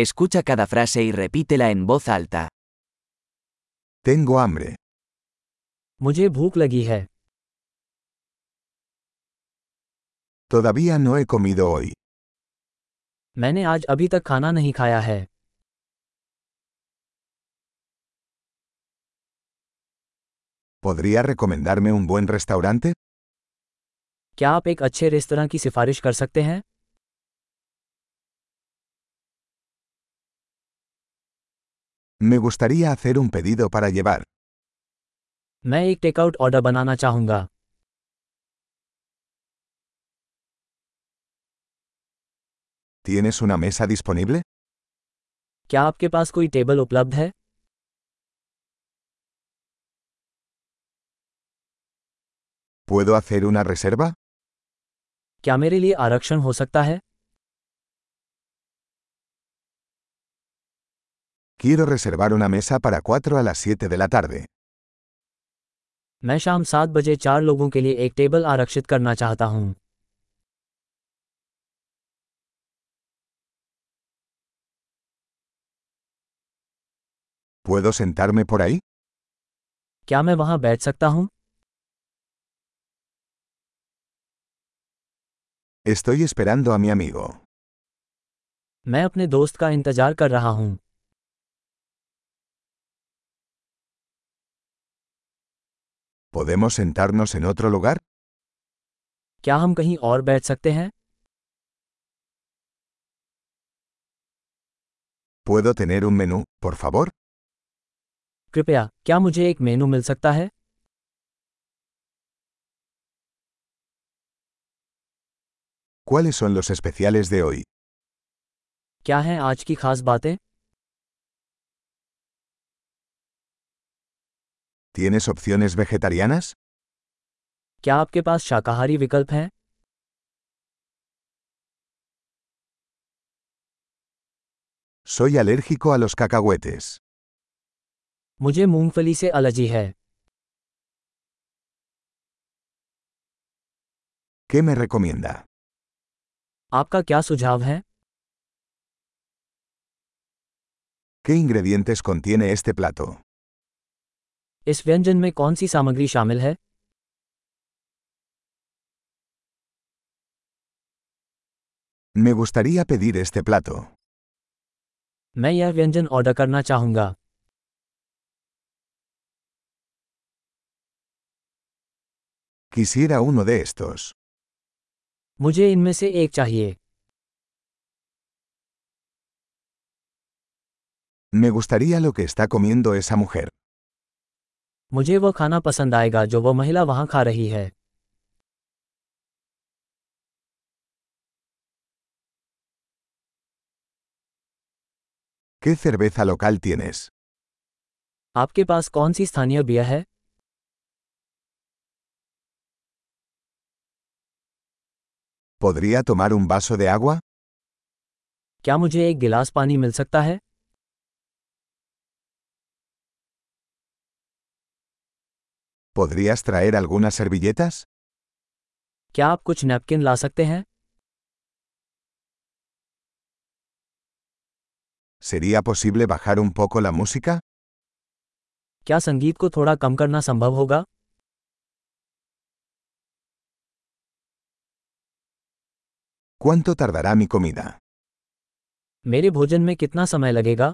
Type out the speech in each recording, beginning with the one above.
Escucha cada frase y repítela en voz alta. Tengo hambre. मुझे भूख लगी है Todavía no he comido hoy. मैंने आज अभी तक खाना नहीं खाया है ¿Podría recomendarme un buen restaurante? क्या आप एक अच्छे रेस्तरा की सिफारिश कर सकते हैं Me gustaría hacer un pedido para llevar. मैं एक टेकआउट ऑर्डर बनाना चाहूँगा ¿Tienes una mesa disponible? क्या आपके पास कोई टेबल उपलब्ध है ¿Puedo hacer una reserva? क्या मेरे लिए आरक्षण हो सकता है Quiero reservar una mesa para 4 a las 7 de la tarde. मैं शाम सात बजे चार लोगों के लिए एक टेबल आरक्षित करना चाहता हूँ ¿Puedo sentarme por ahí? क्या मैं वहाँ बैठ सकता हूँ Estoy esperando a mi amigo. मैं अपने दोस्त का इंतजार कर रहा हूँ ¿Podemos sentarnos en otro lugar? क्या हम कहीं और बैठ सकते हैं ¿Puedo tener un menú, por favor? कृपया क्या मुझे एक मेनू मिल सकता है ¿Cuáles son los especiales de hoy? क्या हैं आज की खास बातें ¿Tienes opciones vegetarianas? क्या आपके पास शाकाहारी विकल्प हैं Soy alérgico a los cacahuetes. मुझे मूंगफली से एलर्जी है ¿Qué me recomienda? आपका क्या सुझाव है ¿Qué ingredientes contiene este plato? इस व्यंजन में कौन सी सामग्री शामिल है Me gustaría pedir este plato. मैं यह व्यंजन ऑर्डर करना चाहूँगा Quisiera uno de estos. मुझे इनमें से एक चाहिए Me gustaría lo que está comiendo esa mujer. मुझे वह खाना पसंद आएगा जो वह महिला वहाँ खा रही है ¿Qué cerveza local tienes? आपके पास कौन सी स्थानीय बियर है ¿Podría tomar un vaso de agua? क्या मुझे एक गिलास पानी मिल सकता है ¿Podrías traer algunas servilletas? क्या आप कुछ नैपकिन ला सकते हैं ¿Sería posible bajar un poco la música? क्या संगीत को थोड़ा कम करना संभव होगा ¿Cuánto tardará mi comida? मेरे भोजन में कितना समय लगेगा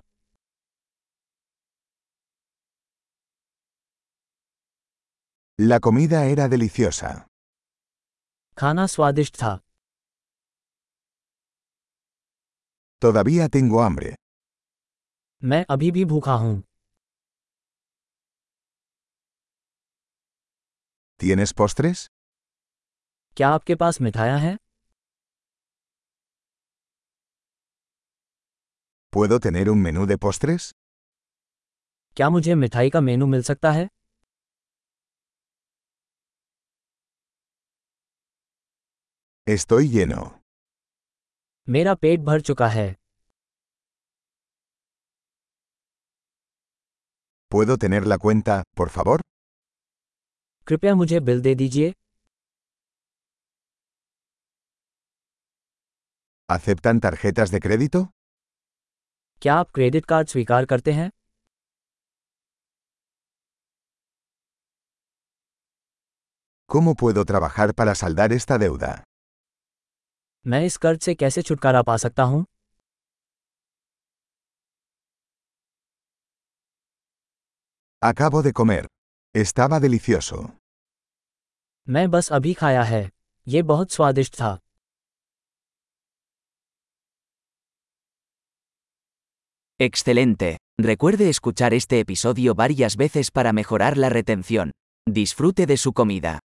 La comida era deliciosa. खाना स्वादिष्ट था Todavía tengo hambre. मैं अभी भी भूखा हूँ ¿Tienes postres? क्या आपके पास मिठाइयाँ हैं ¿Puedo tener un menú de postres? क्या मुझे मिठाई का मेनू मिल सकता है Estoy lleno. मेरा पेट भर चुका है ¿Puedo tener la cuenta, por favor? कृपया मुझे बिल दे दीजिए ¿Aceptan tarjetas de crédito? क्या आप क्रेडिट कार्ड स्वीकार करते हैं ¿Cómo puedo trabajar para saldar esta deuda? मैं इस कर्ज से कैसे छुटकारा पा सकता हूँ Acabo de comer. Estaba delicioso. मैं बस अभी खाया है ये बहुत स्वादिष्ट था Excelente. Recuerde escuchar este episodio varias veces para mejorar la retención. Disfrute de su comida.